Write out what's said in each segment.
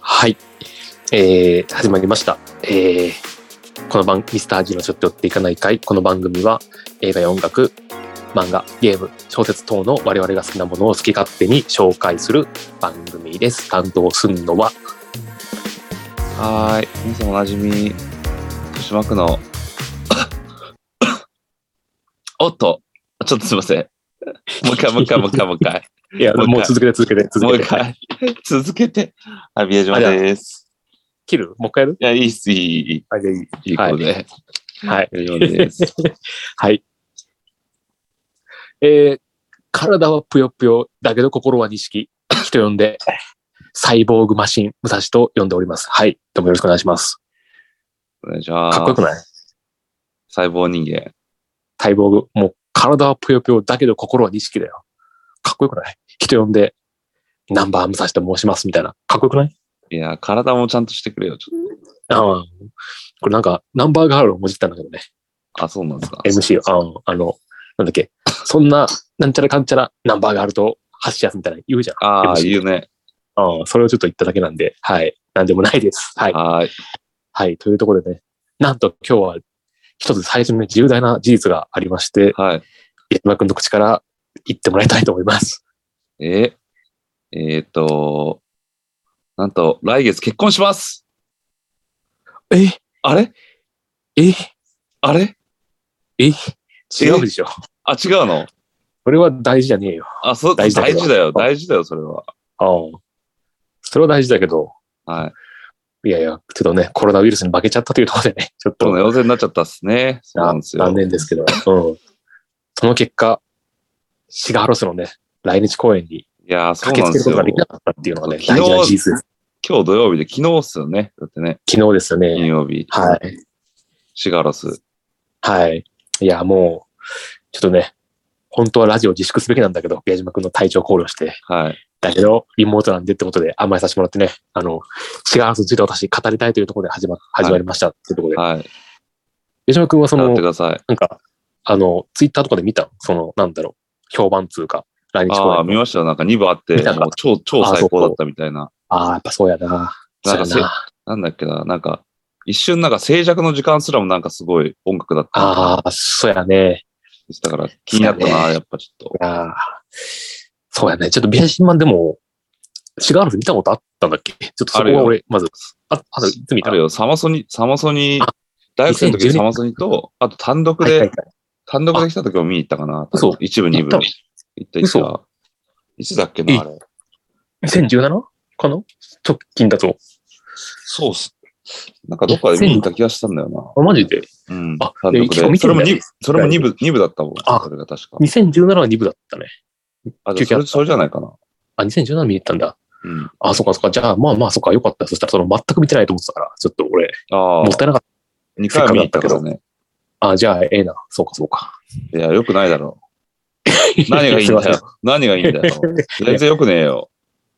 はい、えー、始まりました。えー、この番、ミスタージのちょっと寄っていかない会、この番組は映画や音楽、漫画、ゲーム、小説等の我々が好きなものを好き勝手に紹介する番組です。担当すんのは、はーい。皆さんおなじみ、豊島区の、 おっと、ちょっとすいません。もう一回、もう一回、もう一回、もう一回。いや、ももうう続けて続けても続うけ一て。回。 続けて。はい、宮島です。切るもう一回やるいや、いいっす、いい、いあ、じゃいい。い、いいことで。はい。宮島です。はい。えー、体はぷよぷよ、だけど心は錦。人呼んで、サイボーグマシン、武蔵と呼んでおります。はい。どうもよろしくお願いします。お願いしま す。かっこよくない細胞人間。サイボーグ。もう、体はぷよぷよ、だけど心は錦だよ。かっこよくない人呼んで、ナンバー武蔵と申します、みたいな。かっこよくないいや、体もちゃんとしてくれよ。ちょっああ。これなんか、ナンバーガールをもじったんだけどね。とあ、そうなんですか。 MC を。あああの、なんだっけ。そんな、なんちゃらかんちゃら、ナンバーガールと、ハッシャスみたいな言うじゃん。ああ、 MC 言うね。ああ、それをちょっと言っただけなんで、はい。なんでもないです。はい。はーい。はい。というところでね、なんと今日は一つ最初に重大な事実がありまして、はい。江島君の口から言ってもらいたいと思います。えー、えーっと、なんと、来月結婚しますえあれえあれえ違うでしょ。あ、違うのこれは大事じゃねえよ。あ、そう、大大事だけど事だよ、大事だよ、それは。ああ。それは大事だけど、はい。いやいや、ちょっとね、コロナウイルスに負けちゃったというところでね、ちょっちょっと、とね、陽性になっちゃったっすね。そうなんですよ。残念ですけど、うん。その結果、シガハロスのね、来日公演にいやー、そう駆けなんつでけるこすとよが。できなかったっていうのがね、昨大日事な事実です。今日土曜日で、昨日っすよね。だってね、昨日ですよ金ね。曜日。はい。シガロス。はい。いや、もう、ちょっとね、本当はラジオ自粛すべきなんだけど、宮島くんの体調考慮して。はい。だけど、リモートなんでってことで甘えさせてもらってね、あの、違う話について私語りたいというところで始ま、始まりましたっていうところで。はい。宮島くんはそやっのてく、ださい。なんか、あの、ツイッターとかで見たのその、なんだろう、評判通か、来日公ああ、演見の。ましたよ。なんか2部あって見、たかもう超、超あー最高そだうったみたいな。ああ、やっぱそうやな。なそんうやかな。なんだっけな、なんか、一瞬なんか静寂の時間すらもなんかすごい音楽だった。ああ、そうやね。でしたから、気になったそうだな、やっぱちょっと。いやーそうやね。ちょっと宮島でも、シガールズ見たことあったんだっけちょっとそこはあ俺、まず、あ、あといつ見たあるよ、サマソニ、サマソニあ、大学生の2012時にサマソニと、あと単独はいはいはいで、単独で来た時も見に行ったかな。嘘多分一部、二部。行行っった行った。いつだっけえな、あれ。 2017? かな直近だと。そうっす。なんかどっかで見に行った気がしたんだよあマジでな。うん。あ単独で今日で。見てそんだよれも二部、それも二ラ部、二部だったもん。あそれが確か。 ?2017 は2部だったね。あ、じゃあそ休憩あっれ、たそれじゃないかな。あ、2017見に行ったんだ。うん。あ、そっかそっか。じゃあ、まあまあそっか。よかった。そしたら、その全く見てないと思ってたから、ちょっと俺、あもっあ、たいなかっ二回は見に行ったからね。た。あ、じゃあ、ええな。そうかそうか。いや、よくないだろう。何がい すいんいだませよ。何がいいんだ よ。全然よくねえよ。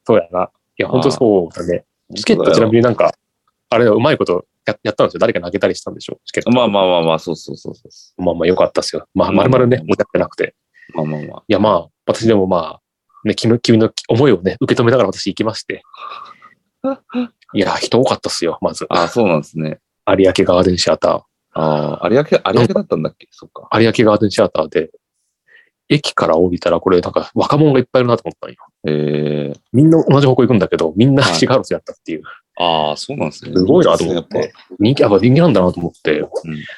そうやな。いや、あー本当そうだね。チケット本当ちだなよみになんか、あれはうまいことややったんですよ。誰かにあげたりしたんでしょチケット。まあまあまあまあ、そうそうそうそう。まあまあよかったっすよ。まあ、うんまるまるね、持ち合ってなくて。まあまあまいやまあ、私でもまあ、ね、君の君の思いをね、受け止めながら私行きま して。いや、人多かったっすよ、まず。あ。あ、そうなんですね。有明ガーデンシアタああ、有明、有明だったんだっけそっか。ー。有明ガーデンシアターで、駅から降りたらこれなんか若者がいっぱいいるなと思ったんよ。ええみんな同じ方向行くんだけど、みんなはいシガーロスやったっていう。ああ、そうなんですね。すごいなと思っやて。人気、やっぱ人気なんだなと思って。有明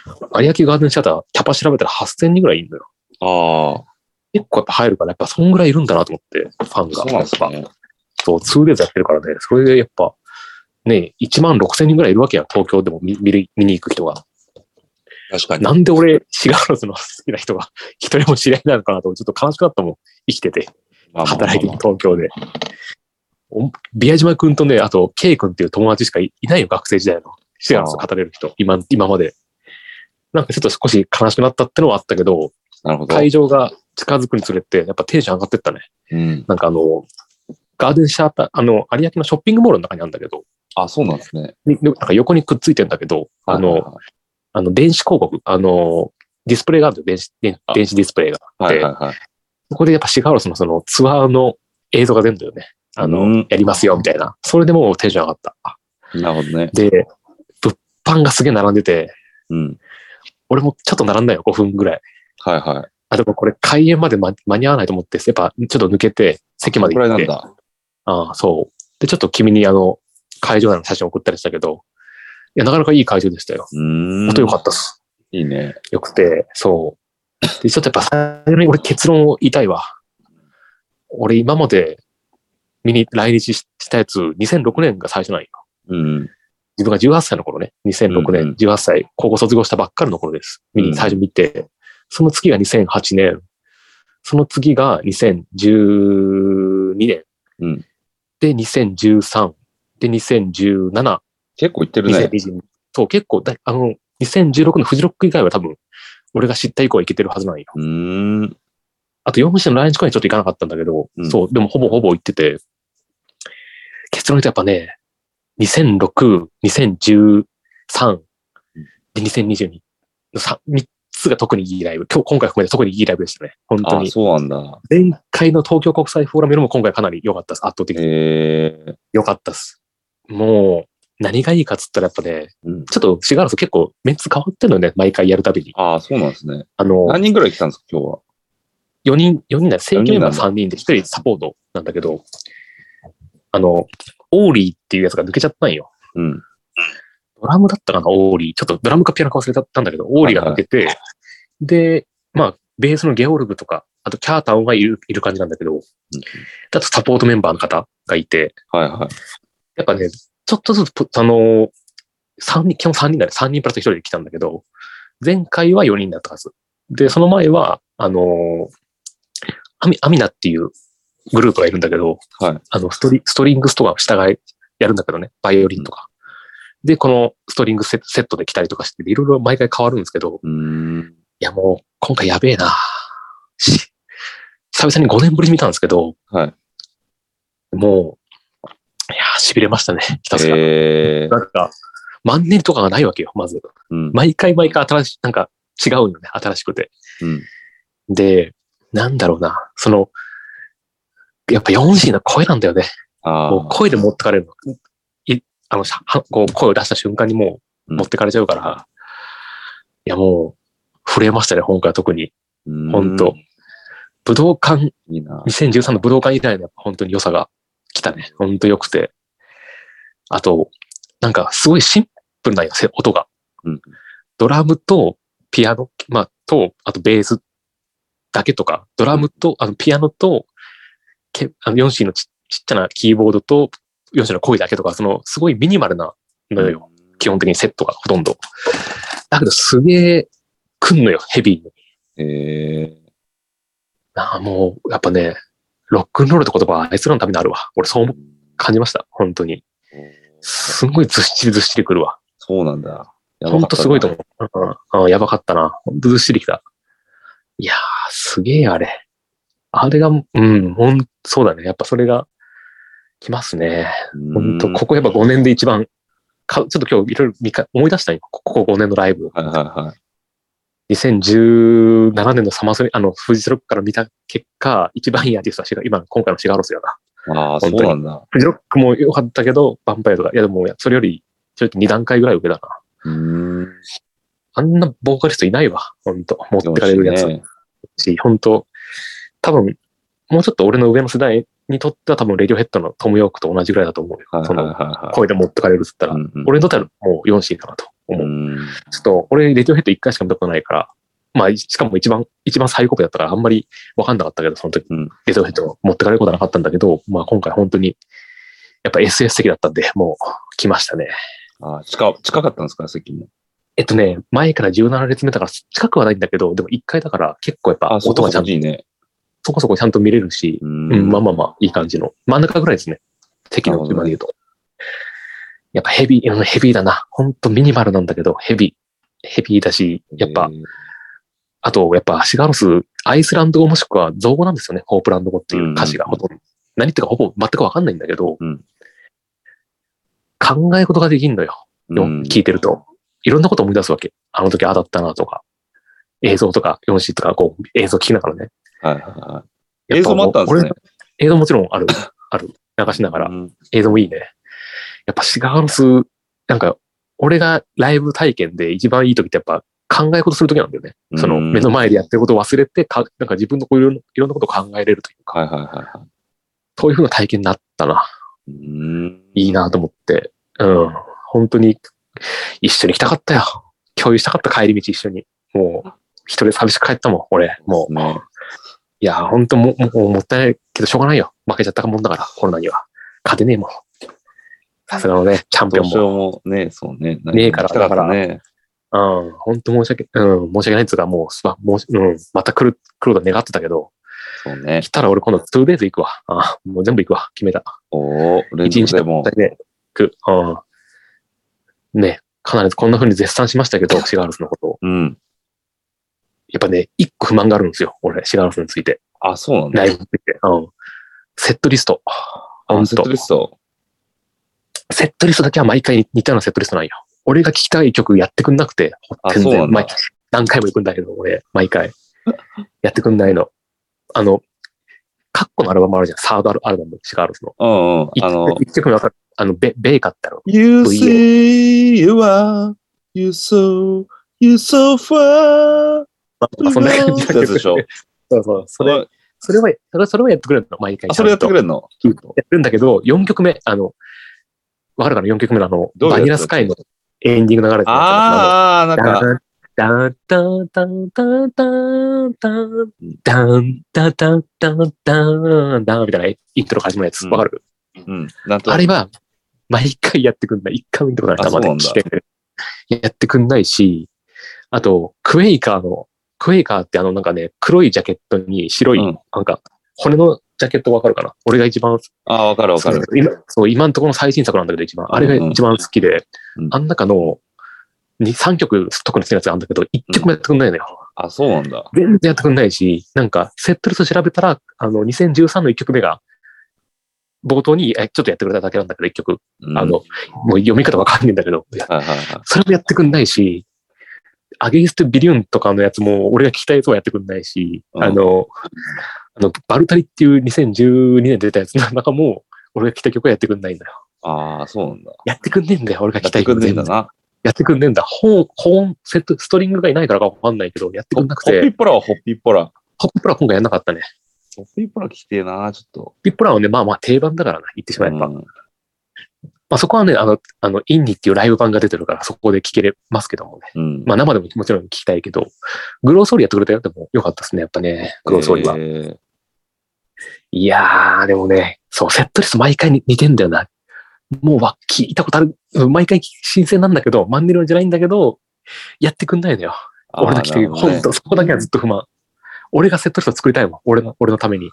ガーデンシアター、キャパ調べたら8000人ぐらいいるのよ。ぱあ結構やっぱ入るから、やっぱそんぐらいいるんだなと思って、ファンあ、が。そうなんですやっぱね。そう、2デーズやってるからね、それでやっぱ、ね、1万6千人ぐらいいるわけやん、東京でも見見る見に行く人が。確かに。なんで俺、シガーロスの好きな人が 一人も知り合いなのかなと、ちょっと悲しくなったもん、生きてて、まあまあまあまあ働いてる東京で。おビア島君とね、あと、ケイ君っていう友達しかいいないよ、学生時代の。シガーロス語れる人、今、今まで。なんかちょっと少し悲しくなったってのはあったけど、なるほど。会場が近づくにつれて、やっぱテンション上がってったね。うん。なんかあの、ガーデンシアター、あの、有明のショッピングモールの中にあるんだけど、あ、そうなんですね。になんか横にくっついてんだけど、あはいはいの、はい、あの電子広告、あの、ディスプレイがあるんですよ、電子、あ電電子ディスプレイがあっはて、いはいはい。そこでやっぱシガーロスのそのツアーの映像が出るんだよね。あの、うんやりますよ、みたいな。それでもうテンション上がった。なるほどね。で、物販がすげえ並んでて、うん。俺もちょっと並んだよ、5分ぐらい。はいはい。あ、でもこれ開演まで間間に合わないと思って、やっぱちょっと抜けて、席までこ行れっなんて。だ。ああ、そう。で、ちょっと君にあの、会場内の写真送ったりしたけど、いや、なかなかいい会場でしたよ。うーん。本当良かったっす。いいね。良くて、そう。で、ちょっとやっぱ最初に俺結論を言いたいわ。俺今まで見に来日ししたやつ、2006年が最初なんよ。うん。自分が18歳の頃ね、2006うんう年ん、 18歳、高校卒業したばっかりの頃です。見うんに最初見て、その次が2008年、その次が2012年、うんで、2013、で、2017、結構行ってるね。 2022。そう、結構だ、あの、2016のフジロック以外は多分、俺が知った以降はいけてるはずなんよ。うーん。あと、4分の来日公演ちょっと行かなかったんだけど、うんそう、でもほぼほぼ行ってて、結論言うとやっぱね、2006、2013、で、2022の 3, つが特にいいライブ。今日、今回含めて特にいいライブでしたね。本当あ、に。そうなんだ。前回の東京国際フォーラムよりも今回かなり良かったです。圧倒的にへえ。良かったです。もう、何がいいかっつったらやっぱね、うん。ちょっとシガールス結構メンツ変わってるのよね。毎回やるたびに。ああ、そうなんですね。あの、何人ぐらい来たんですか、今日は。 4人、4人だよ。正規メンバー四人な3人で1人サポートなんだけど、あの、オーリーっていうやつが抜けちゃったんよ。うん。ドラムだったかな、オーリー。ちょっとドラムかピアノか忘れちゃったんだけど、オーリーが抜けて、で、まあ、ベースのゲオルブとか、あとキャータンがいるいる感じなんだけど、あとサポートメンバーの方がいて、はいはい。やっぱね、ちょっとずつぽ、あの、三人、基本3人だね。3人プラス1人で来たんだけど、前回は4人だったはず。で、その前は、あの、アミ、アミナっていうグループがいるんだけど、はいあの、ストリ、ストリングスとかを従い、やるんだけどね。バイオリンとか。で、このストリングセセットで来たりとかしてて、いろいろ毎回変わるんですけど、うーん。いやもう、今回やべえなし久々に5年ぶりに見たんですけど、はいもう、いやー、痺れましたね。ひたすら。へえ。なんか、マンネリとかがないわけよ、まず。うん。毎回毎回新しい、なんか違うよね、新しくて。うん。で、なんだろうな、その、やっぱ 4C の声なんだよね。あもうあ。声で持ってかれるの。いあの、しゃはこう声を出した瞬間にもううん持ってかれちゃうから、いやもう、震えましたね、今回は特に。うーんほんと。武道館、いいな。 2013の武道館以来のやっぱ本当に良さが来たね。本当良くて。あと、なんかすごいシンプルなんよ、せ音が。うん。ドラムとピアノ、まあ、と、あとベースだけとか、ドラムと、あの、ピアノと、けあの 4C のちちっちゃなキーボードと、4C の声だけとか、その、すごいミニマルなのよ。基本的にセットがほとんど。だけど、すげえ、くんのよ、ヘビーに。へえ。ああ、もう、やっぱね、ロックンロールって言葉はあいつらのためにあるわ。俺、そう感じました。本当に。すんごいずっしりずっしりくるわ。そうなんだ。やばかったなほんとすごいと思う。うんうん、やばかったな。ほんとずっしりきた。いやー、すげえあれ。あれが、うん、ほん、そうだね。やっぱそれが、きますね。ほんと、ここやっぱ5年で一番、かちょっと今日いろいろ見か思い出したよ。ここ5年のライブ。はいはいはい。 2017年のサマソニ、あの、フジロックから見た結果、一番いいアーティストはシガ今、今回のシガーロスやな。ああ、そ本う当になんだ。フジロックも良かったけど、ヴァンパイアとか。いや、でも、それより、ちょっと2段階ぐらい上だな。うーん。あんなボーカリストいないわ。ほんと。持ってかれるやつ。ねし、本当多分、もうちょっと俺の上の世代にとっては多分、レディオヘッドのトム・ヨークと同じぐらいだと思うよ。はいそはいの、はいはい。声で持ってかれるっつったら。うんうん俺にとってはもう 4C かなと思う。うんちょっと、俺、レディオヘッド1回しか見たことないから、まあ、しかも一番、一番最高級だったから、あんまりわかんなかったけど、その時、うんレディオヘッド持ってかれることはなかったんだけど、まあ、今回本当に、やっぱ SS 的だったんで、もう、来ましたね。あー近近かったんですか、席も。えっとね、前から17列目だから、近くはないんだけど、でも1回だから、結構やっぱ、あ、そ音こがちゃそん、こといいね。そこそこちゃんと見れるし、ううん、んまあまあまあ、いい感じの。真ん中ぐらいですね。敵の順番で言うと。やっぱヘビー、うんヘビーだな。ほんとミニマルなんだけど、ヘビー。ヘビーだし、やっぱ、へーあと、やっぱ、シガロス、アイスランド語もしくは造語なんですよね。ホープランド語っていう歌詞がうんほとんど。何言ってるかほぼ全くわかんないんだけど、うん考え事ができんのよ。ようん聞いてると。いろんなこと思い出すわけ。あの時ああだったなとか。映像とか 4C とかこう映像聞きながらね。はいはいはやい。映ぱ像もあったんですね俺。映像もちろん ある、ある。流しながらう。ん映像もいいね。やっぱシガーロス、なんか、俺がライブ体験で一番いい時ってやっぱ考え事する時なんだよね。そのうん目の前でやってることを忘れて、かなんか自分のこういろんないろんなことを考えれるというか、はいはいはいはそういうふうな体験になったな。い。うん。いいなと思って。うん。本当に一緒に来たかったよ。共有したかった帰り道一緒に。もう、一人で寂しく帰ったもん、俺。もう。ねいや、本当も、もうもったいないけど、しょうがないよ。負けちゃったもんだから、コロナには。勝てねえもん。さすがのね、チャンピオどうンしも。ようもね、そうね。ねえから行きたったね。うん、本当申し訳、うん、申し訳ないっつうか、もう、すば、もう、うん、また来る、来ると願ってたけど、そうね来。たら俺今度 2days 行くわ。あもう全部行くわ。決めた。おお、連一続日でも。ね、行く。うん。ね、かなりこんな風に絶賛しましたけ ど、シガールスのことを。うん。やっぱね、一個不満があるんですよ。俺、シガールスについて。あ、そうなんだ。ライブについて。うん。セットリスト。ほんとあ、セットリスト。セットリストだけは毎回似たようなセットリストなんよ。俺が聴きたい曲やってくんなくて、あ全そうな然んだ毎何回も行くんだけど、俺、毎 回。やってくんないの。あの、カッコのアルバムあるじゃん。サードアルアルバム、シガールズの。うんうん。一あの、一曲目わかる。あの、ベベイカってある。 You VA say you are, you so, you so far. まあ、そんな感じってやつでしょ。 そうそう。そそれ、れ、それは、それそれはやってくれるの、毎回。あそれやってくるれんのやってるんだけど、4曲目、あの、わかるかな ?4 曲目のあの、どういうやつバニラスカイのエンディング流れてるやつのあーあー、なんか、ダンダンダンダンダンダンダンダンダンダンダンダンみたいなイントロ始まるやつ。うんわかるうん、なんとあなくれは、毎回やってくんない。一回も見たことない。あそうなんだ生で視点で。やってくんないし、あと、クエイカーの、クエイカーってあのなんかね、黒いジャケットに白い、うんなんか、骨のジャケットわかるかな俺が一番あー、わかるわかる。今そう今のところの最新作なんだけど、一番。あれが一番好きで、うんうんあん中の2、3曲特に好きなやつがあるんだけど、1曲もやってくんないのよ。あ、そうなんだ。全然やってくんないし、なんか、セットリスト調べたら、あの、2013の1曲目が、冒頭に、え、ちょっとやってくれただけなんだけど、1曲。うんあの、もう読み方わかんねえんだけど、いやはいはいはい。それもやってくんないし、アゲイストビリュンとかのやつも、俺が聞きたいやつはやってくんないし、うんあの、あの、バルタリっていう2012年出たやつの中も、俺が聞きたい曲はやってくんないんだよ。ああ、そうなんだ。やってくんねえんだよ、俺が聞やきったていくん曲ね全えん部だな。やってくんねえんだ。本、本、セット、ストリングがいないからかわかんないけど、やってホくんなくてッ、ピーポラはホッピーポラ。ホップラ今回やんなかったね。ホッピーポラ聞きてえな、ちょっと。ピップラはね、まあまあ定番だからな、言ってしまえば。うまんあそこはね、あの、あの、インニっていうライブ版が出てるから、そこで聴けれますけどもね。うん。まあ生でももちろん聞きたいけど、グローソーリーやってくれたよ。でもよかったですね、やっぱね、グローソーリーは。えいやー、でもね、そう、セットリスト毎回に似てんだよな。もうわ、聞いたことある。うん毎回新鮮なんだけど、マンネロじゃないんだけど、やってくんないのよ。ー俺だけ、あーなるほどほんと、そこだけはずっと不満。俺がセットリスト作りたいもん。俺の、俺のために。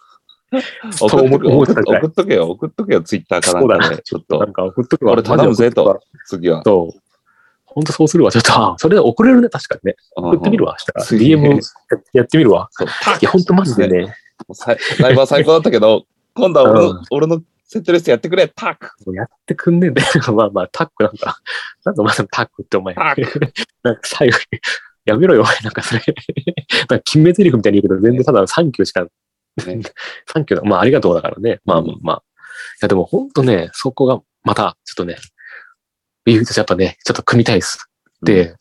そう思う思っ送てたっとけぐらよい送っとけよ、送っとけよ、ツイッターかそうなだんかなで、。ちょっなとん。か送っとくわ。俺頼むぜと。次は。そう。ほんとそうするわ。ちょっと、あそれ送れるね、確かにね。送ってみるわ。わ、したら。すげえ DM やってみるわ。そういや、ほんとマジでね、もうさいライブは最高だったけど、今度は俺 うの俺のセットリストやってくれ、タックもうやってくんねえんだよ。 まあまあ、タックなんか、 なんかまだタックってお前。タッ なんか最後に、やめろよ、お前。なんかそれ、 なんか決め台詞みたいに言うけど、全然ただサンキューしか、ね サンキューだ。まあ、ありがとうだからね。まあまあまあ。いや、でもほんとね、そこが、また、ちょっとね、ビーフとしてやっぱね、ちょっと組みたいです。で、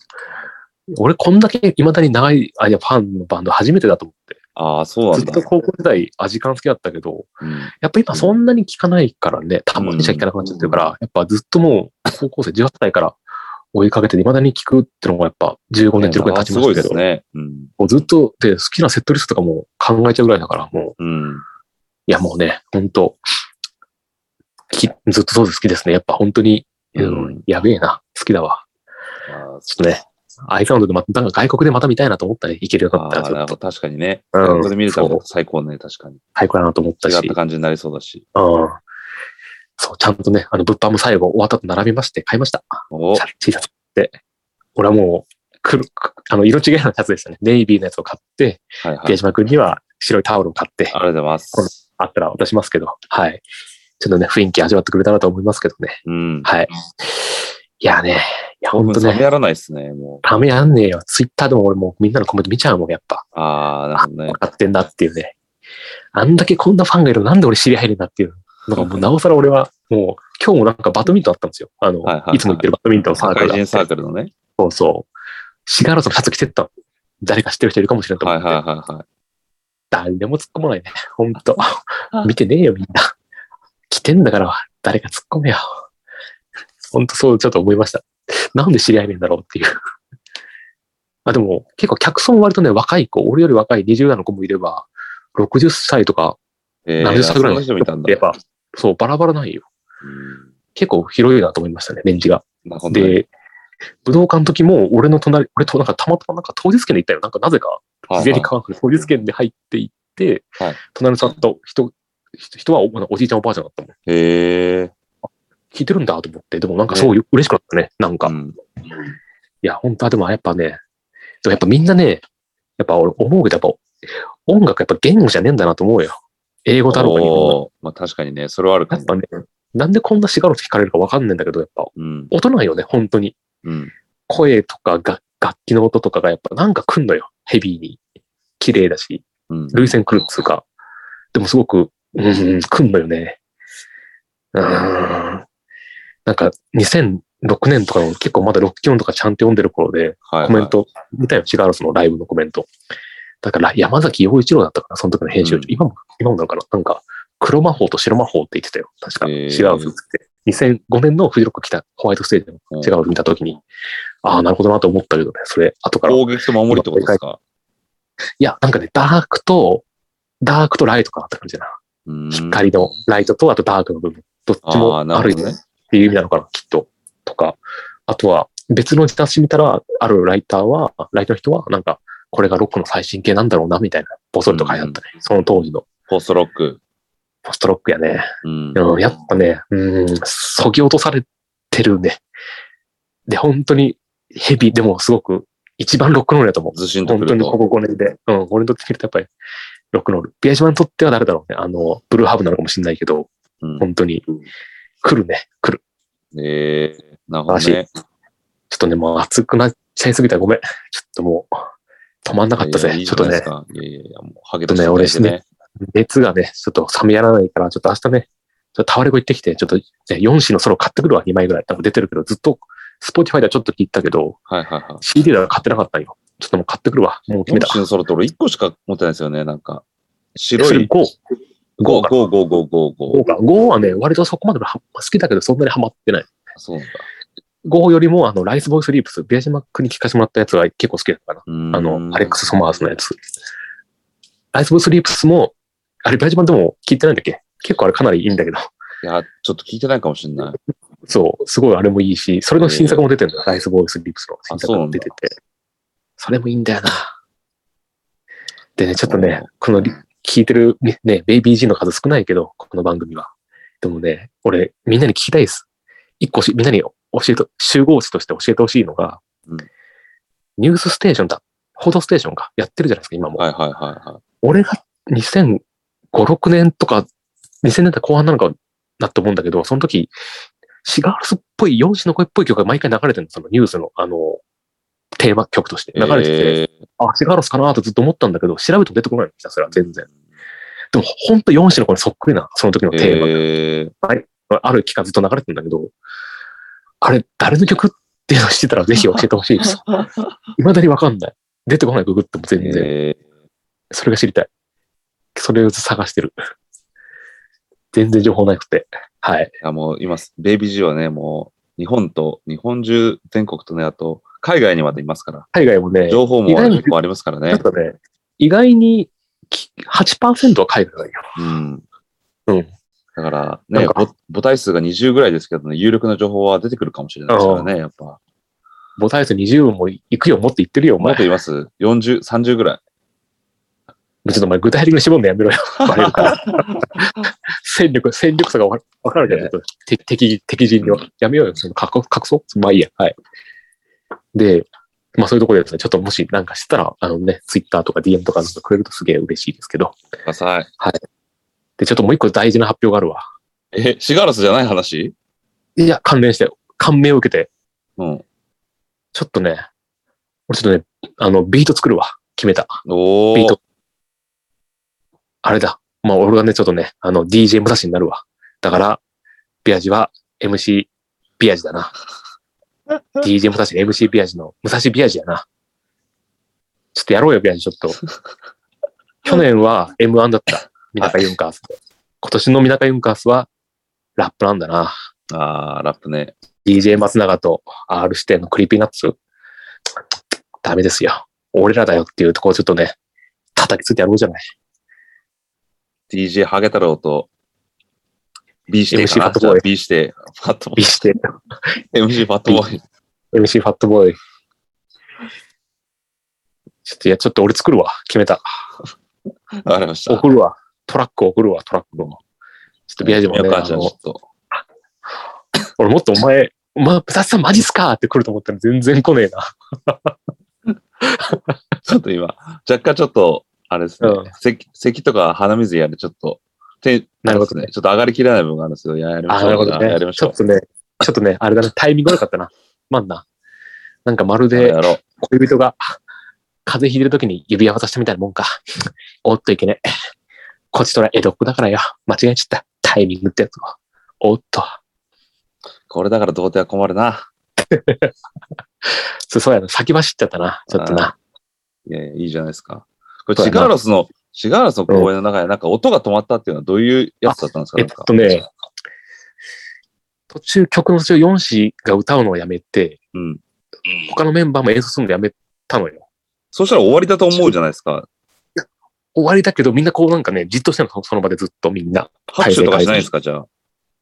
俺こんだけ未だに長い、あ、いや、ファンのバンド初めてだと思って。ああ、そうなずんっだと。高校時代、アジカン好きだったけど、うんやっぱ今そんなに聞かないからね、たまにしか聞かなくなっちゃってるから、やっぱずっともう、高校生18歳から追いかけて、未だに聞くってのがやっぱ15年、16年経ちすましごいたけですど、ね。うん。もうずっと、で、好きなセットリストとかも考えちゃうぐらいだから、もう、うん。いやもうね、ほんと、きずっとそうです好きですね。やっぱ本当に、うんうんやべえな、好きだわ。あーちょっとね、アイサウンドでまた、なんか外国でまた見たいなと思ったね、行けるようになあったら、ーちょなっんかと確かにね。うんここで見れたらそう最高ね、確かに。最高だなと思った違っし、た感じになりそうだし。うん。そう、ちゃんとね、あの、物販も最後終わったと並びまして買いました。お T シャツって。俺はもう、くる、くあの、色違いのシャツでしたね。ネイビーのやつを買って、はいはい。あ出り島君には白いタオルを買って、がとうございます。あったら渡しますけど、はい。ちょっとね、雰囲気味わってくれたらと思いますけどね。うん。はい。いやね、や、ほ本ん当とに冷めやね、らないですね、もう。ためやんねえよ。ツイッターでも俺もうみんなのコメント見ちゃうもん、やっぱ。ああ、なるほどね分。かってんだっていうね。あんだけこんなファンがいるのなんで俺知り合えるんだっていうのが、もうなおさら俺は、もう、今日もなんかバドミントンあったんですよ。あの、はいいはいはいつも行ってるバドミントンのサー社クル会があって人サークルのね。そうそう。シガーローズのシャツ着てったの誰か知ってる人いるかもしれんとは思いっはて。いはいはい。誰でも突っ込まないね。ほんと。見てねえよ、みんな。来てんだから、誰か突っ込めよ。ほんとそう、ちょっと思いました。なんで知り合いねえんだろうっていう。あでも、結構客層割とね、若い子、俺より若い20代の子もいれば、60歳とか、えー、 70歳ぐらいのその人もいたんだ。やっぱ、そう、バラバラないよ。うん結構広いなと思いましたね、レンジが。なるほどね。で、武道館の時も、俺の隣、俺となんかたまたまなんか当日券で行ったよ。なんかなぜか、はいはい事前に買わなくて、当日券で入っていって、はい隣に座った人、人人はおおじいちゃんおばあちゃんだったもん。へえ。聞いてるんだと思って、でもなんかすごい嬉しかったね、なんか。ういんや、本当はでもやっぱね、でもやっぱみんなね、やっぱ俺思うけど、やっぱ音楽やっぱ言語じゃねえんだなと思うよ。英語だろうが日本語だろおーまあ確かにね、それはあうるがかやもっ。ぱね、なんでこんなシガロス聞かれるかわかんないんだけど、やっぱうん。音なんよね、本当に。うん。声とかが楽器の音とかがやっぱなんか来んのよ、ヘビーに。綺麗だし。うん。類線来るっつうか、でもすごく、うんうん、来んのよね。うーん。なんか、2006年とかの結構まだロッキオンとかちゃんと読んでる頃で、はいはいコメント見たよ、シガーロスのライブのコメント。だから、山崎陽一郎だったかな、その時の編集長。うん今も、今もなのかななんか、黒魔法と白魔法って言ってたよ。確か、へーシガーロスって。2005年のフジロック来たホワイトステージのうんシガーロス見た時に、ああ、なるほどなと思ったけどね、それ、後から。攻撃と守りってことですかいや、なんかね、ダークと、ダークとライトかなって感じだな。うん光のライトと、あとダークの部分。どっちもあーなあるるほどねっていう意味なのかな、きっと。とか、あとは、別の雑誌見たら、あるライターは、ライターの人は、なんか、これがロックの最新系なんだろうな、みたいな、ぼそりと書いてあったね。その当時のポストロック。ポストロックやね。うん。うん、やっぱね、うん、そぎ落とされてるね。で、本当にヘビー、でもすごく、一番ロックノールやと思う。ずしんと本く当る。にことこ5年で。うん、俺にとってみるとやっぱり、ロックノール。ビア島にとっては誰だろうね。あの、ブルーハーブなのかもしれないけど、うん本当に。来るね、来る。ええ、なるほどね。ちょっとね、もう熱くなっちゃいすぎた。ごめん。ちょっともう、止まんなかったいやいぜ。いちじょっゃなといですね、か。いやいやいや、もう、ハゲとしてちょっとね俺ですね。熱がね、ちょっと冷めやらないから、ちょっと明日ね、ちょっとタワレコ行ってきて、ちょっと、ね、4紙のソロ買ってくるわ、2枚ぐらい。多分出てるけど、ずっと、スポティファイではちょっと聞いたけど、はいはいはい。 CD では買ってなかったんよ。ちょっともう買ってくるわ。もう決モめンた。シーのソロって俺1個しか持ってないですよね、なんか。白それ5、い。5ゴーか。ゴーゴーゴーゴーゴー。 5か。5はね、割とそこまでは好きだけど、そんなにハマってない。そうなんだ。 5よりも、あの、ライスボーイスリープス、ビア島君に聞かせてもらったやつが結構好きだったかな。ああの、アレックス・ソマーズのやつ。アイス・ブース・リープスも、あれ、ブラジバンでも聞いてないんだっけ結構あれかなりいいんだけど。いや、ちょっと聞いてないかもしれない。そう、すごいあれもいいし、それの新作も出てるんだよ。ライス・ボーイス・リープスの新あそう作なもんだ出てて。それもいいんだよな。でね、ちょっとね、このり、聞いてるね、ねベイビー G の数少ないけど、この番組は。でもね、俺、みんなに聞きたいです。一個し、みんなに教えて、集合値として教えてほしいのが、うんニュースステーションだ。報道ステーションがやってるじゃないですか、今も。はいはいはいはい。俺が2005、6年とか、2000年代後半なのかなと思うんだけど、その時、シガールスっぽい、四子の声っぽい曲が毎回流れてるの、そのニュースの、あの、テーマ曲として流れてて、えーあ、シガールスかなとずっと思ったんだけど、調べても出てこないんですよ、それは全然。。でも、ほんと四子の声そっくりな、その時のテーマがえーある期間ずっと流れてるんだけど、あれ、誰の曲っていうのを知ってたらぜひ教えてほしい です。未だにわかんない。出てこない、ググっても全然。えそれが知りたい。それを探してる。全然情報なくて。はい。ーいやもう今、ベイビー G はね、もう、日本と、日本中、全国とね、あと、海外にまでいますから、海外もね、情報も意外に結構ありますからなねん。かね、意外にき8%は海外だよ。うん。うん。だから、なんね、かぼ母体数が20ぐらいですけどね、有力な情報は出てくるかもしれないですからね、やっぱ。母体数20も行くよ、もっと言ってるよ、おも前。っとちょ言います ?40、30ぐらい。っとお前、具体的に絞るのや めろよ。バレるから。戦力、戦力差がわわかるから、ちょっとて敵、敵陣には。やめようよ、その隠隠そう。まあいいや、はい。で、まあそういうところでですね、ちょっともしなんかしたら、あのね、ツイッターとか DM とかずっとくれるとすげえ嬉しいですけど。ください。で、ちょっともう一個大事な発表があるわ。え、シガラスじゃない話いや、関連して、感銘を受けて、うん。ちょっとね、俺ちょっとね、あの、ビート作るわ。決めた。おビーート。あれだ。まあ、俺がね、ちょっとね、あの、DJ 武蔵になるわ。だから、ビアジは MC ビアジだ な。DJ 武蔵、MC ビアジの、武蔵ビアジやな。ちょっとやろうよ、ビアジ、ちょっ と。去年は M1 だった。ミナカユンカース。 今年のミナカユンカースは、ラップなんだな。ああ、ラップね。 DJ 松永と R 指定のクリーピーナッツ。ダメですよ。俺らだよっていうところをちょっとね、叩きついてやろうじゃない。 DJ ハゲ太郎と B してか MC ファなットじゃボあーイ B して、ファットボービして、イ、MC ファットボーイ。 MC ファットボーイ。ちょっと、いや、ちょっと俺作るわ。決めた。わかりました。送るわ。トラック送るわ、トラックの。ちょっとビアジもね、よかっあたじゃあのちょっと。俺もっとお前、まあ、武蔵さんマジっすかって来ると思ったら全然来ねえな。ちょっと今、若干ちょっと、あれですねうん、咳、咳とか鼻水やでちょっと、てなるほどねあれですちょっと上がりきらない部分があるんですけど、いややりまあ、しょう。なるほどやりまね。しちょょっとね、ちょっとね、あれだな、タイミング悪かったな。まんな。なんかまるう。でや、ろう。恋人が、風邪ひいてる時に指輪渡したみたいなもんか。おっといけねえ。こっちとら江戸っ子だからよ。間違えちゃった。タイミングってやつを。おっと。これだから童貞は困るな。そうそうやな。先走っちゃったな。ちょっとな。いやいや、いいじゃないですか。これ、そうシやなガーロスの、シガーロスの公演の中で、なんか音が止まったっていうのはどういうやつだったんですかえなっんかとね、途中曲の途中4子が歌うのをやめて、うん。他のメンバーも演奏するのやめたのよ。そしたら終わりだと思うじゃないですか。終わりだけど、みんなこうなんかね、じっとしてんの、そその場でずっとみんな。拍手とかしないですか、じゃあ。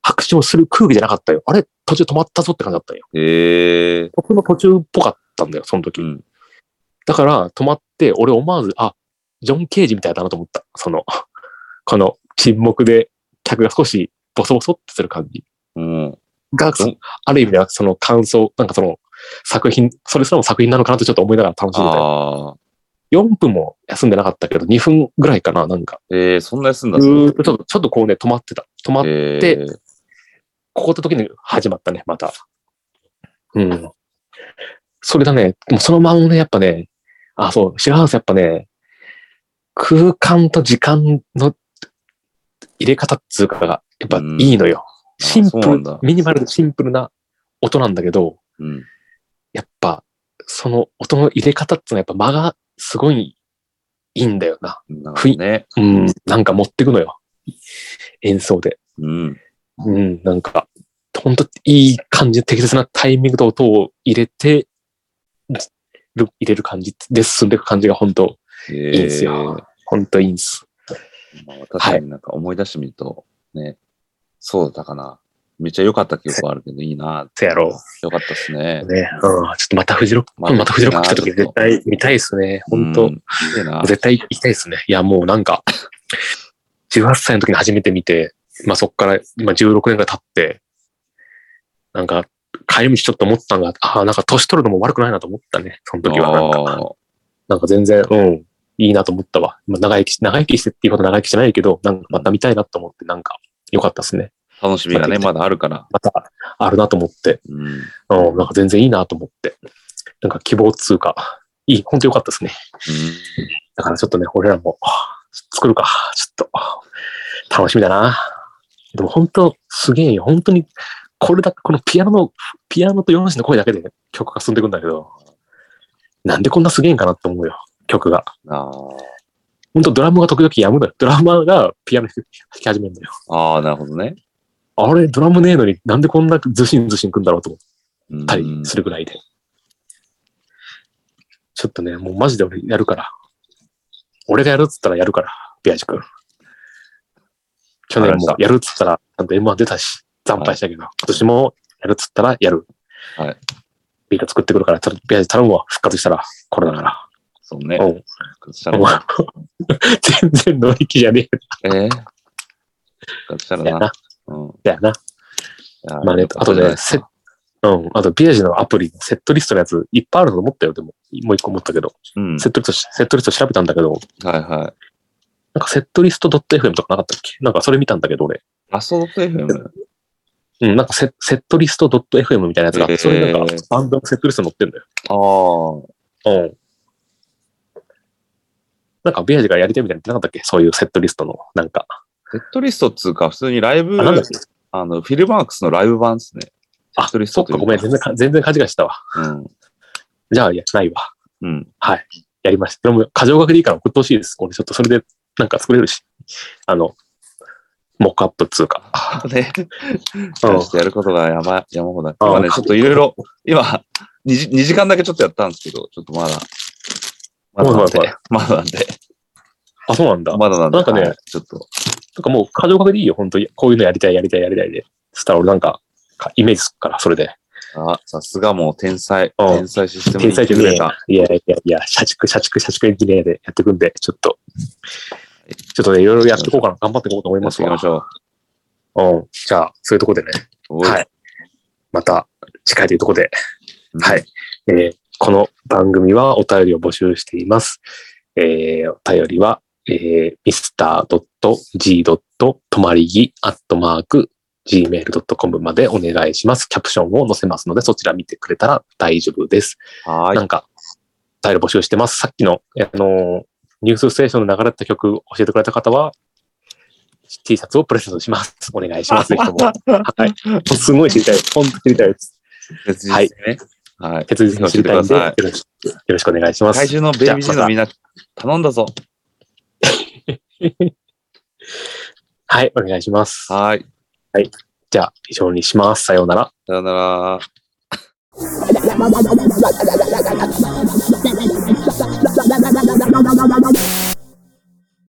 拍手もする空気じゃなかったよ。あれ途中止まったぞって感じだったよ。ええ僕の途中っぽかったんだよ、その時。うんだから、止まって、俺思わず、あ、ジョン・ケージみたいだなと思った。その、 この沈黙で客が少しボソボソってする感じうん。が、そある意味ではその感想、なんかその作品、それすらも作品なのかなとちょっと思いながら楽しんでたよ。ああ。 4分も休んでなかったけど、2分ぐらいかな、なんか。ええそんな休んだずんーですっとちょっと、ちょっとこうね、止まってた。止まっ、えてえここって時に始まったね、また。うん。それだね、でもそのままね、やっぱね、あ、そう、シェアハウスやっぱね、空間と時間の入れ方っつうかが、やっぱいいのよ。うんシンプあそうなんルだ、ミニマルでシンプルな音なんだけど、うん。やっぱ、その音の入れ方っつうのはやっぱ間がすごいいいんだよな。なんかね。うん、なんか持ってくのよ。演奏で。うん。うん、なんか、ほんといい感じで適切なタイミングと音を入れて、る入れる感じで進んでいく感じが本当えいいんですえよ。本当いいんです。まあ、確かになんか思い出してみると、ね、そうだったかな。めっちゃ良かった記憶はあるけど、いいな。せやろ良かったですねう。。ね、うん、ちょっとまたフジロック、ままたたフジロック来た時ちょっと絶対見たいですね。本当、うんいいな。絶対行きたいですね。いや、もうなんか、18歳の時に初めて見て、まあそっから今16年が経って、なんか、帰り道ちょっと思ったのが、ああ、なんか年取るのも悪くないなと思ったね。その時はなんか。あーなんか全然、うん、いいなと思ったわ。まあ長生きし、長生きしてっていうこと長生きじゃないけど、なんかまた見たいなと思って、なんか良かったですね。楽しみがね、まだあるから。またあるなと思って、うん。うん、なんか全然いいなと思って、なんか希望っつうか、いい、本当良かったですね。だからちょっとね、俺らも作るか、ちょっと、楽しみだな。でも本当すげえよ。本当に、これだ、このピアノの、ピアノと四人の声だけで曲が進んでいくんだけど、なんでこんなすげえんかなって思うよ、曲が。うん、あー本当ドラムが時々やむのよ。ドラマーがピアノ弾き始めるのよ。あー、なるほどね。あれ、ドラムねえのになんでこんなずしんずしんくんだろうと思うんったりするぐらいで。ちょっとね、もうマジで俺やるから。俺がやるっつったらやるから、ビアジ君。去年もやるっつったら、ちゃんと M1 出たし、惨敗したけど、今年もやるっつったらやる。はい。ビート作ってくるから、ちょっとビアジ頼むわ。復活したら、コロナから。そうね。おうお前 全然乗り気じゃねえええ復活したんだらよなな。。うん。いだよな。やまあねよ、かっあたとじゃないね、ですセかうん、あとビアジのアプリ、セットリストのやついっぱいあると思ったよ、でも。もう一個思ったけど。うん。セットリストし、セットリスト調べたんだけど、はいはい。なんかセットリスト .fm とかなかったっけなんかそれ見たんだけど、俺。ラストドット FM? うん、なんかセセットリスト .fm みたいなやつがあって、それになんかへーバンドのセットリスト載ってんだよ。ああ。うん。なんか、ベアジがやりたいみたいなの言ってなかったっけそういうセットリストの、なんか。セットリストっつうか、普通にライブ、あ、なんだっあけの、フィルマークスのライブ版ですね。あセットリスそトっか、ごめん。全然か、全然勘違いしたわ。うん。 じゃあ、いや、ないわ。うん。やりました。でも、過剰書きでいいから送ってほしいです。俺、ちょっとそれで、なんか作れるし。あの、モックアップっつうか。ね。ちうんょっとやることがやば、山ほど。あ今ね、かちょっといろいろ、今、2時 ,2 時間だけちょっとやったんですけど、ちょっとまだ。まだなんでまだ。まだなんで。あ、そうなんだ。 まだなんで。なんかねはいちょっと。なんかもう、過剰書きでいいよ、本当に。こういうのやりたい、やりたい、やりたいで。そしたら、俺なんか、かイメージつくから、それで。あ、さすがもう天才。うん天才システム天に才来て的くねれた。いやいやいや、社畜、社畜、社畜エンジニアでやっていくんで、ちょっと、ちょっとね、いろいろやっていこうかな、頑張っていこうと思いやまっすていきわま。しょうん。じゃあ、そういうとこでね、う。ははいい。また、次回というとこで、うんはい。えーこの番組はお便りを募集しています。えーお便りは、えー、mr.g.tomarigi.gmail.com までお願いします。キャプションを載せますので、そちら見てくれたら大丈夫です。はなんか、お便り募集してます。さっきの、あのー、ニュースステーションの流れた曲教えてくれた方は、T シャツをプレゼントします。お願いします。ぜひとも。 はい。すごい知りたいです。本当に知りたいです。い。別人ですね。はい。手続きを知りたいんで、教よえろしくよろしくお願いしま来す。週のベイビージーじゃあまたのみんな、頼んだぞ。はい、お願いします。はい。じゃあ、以上にします。さようなら。さよなら。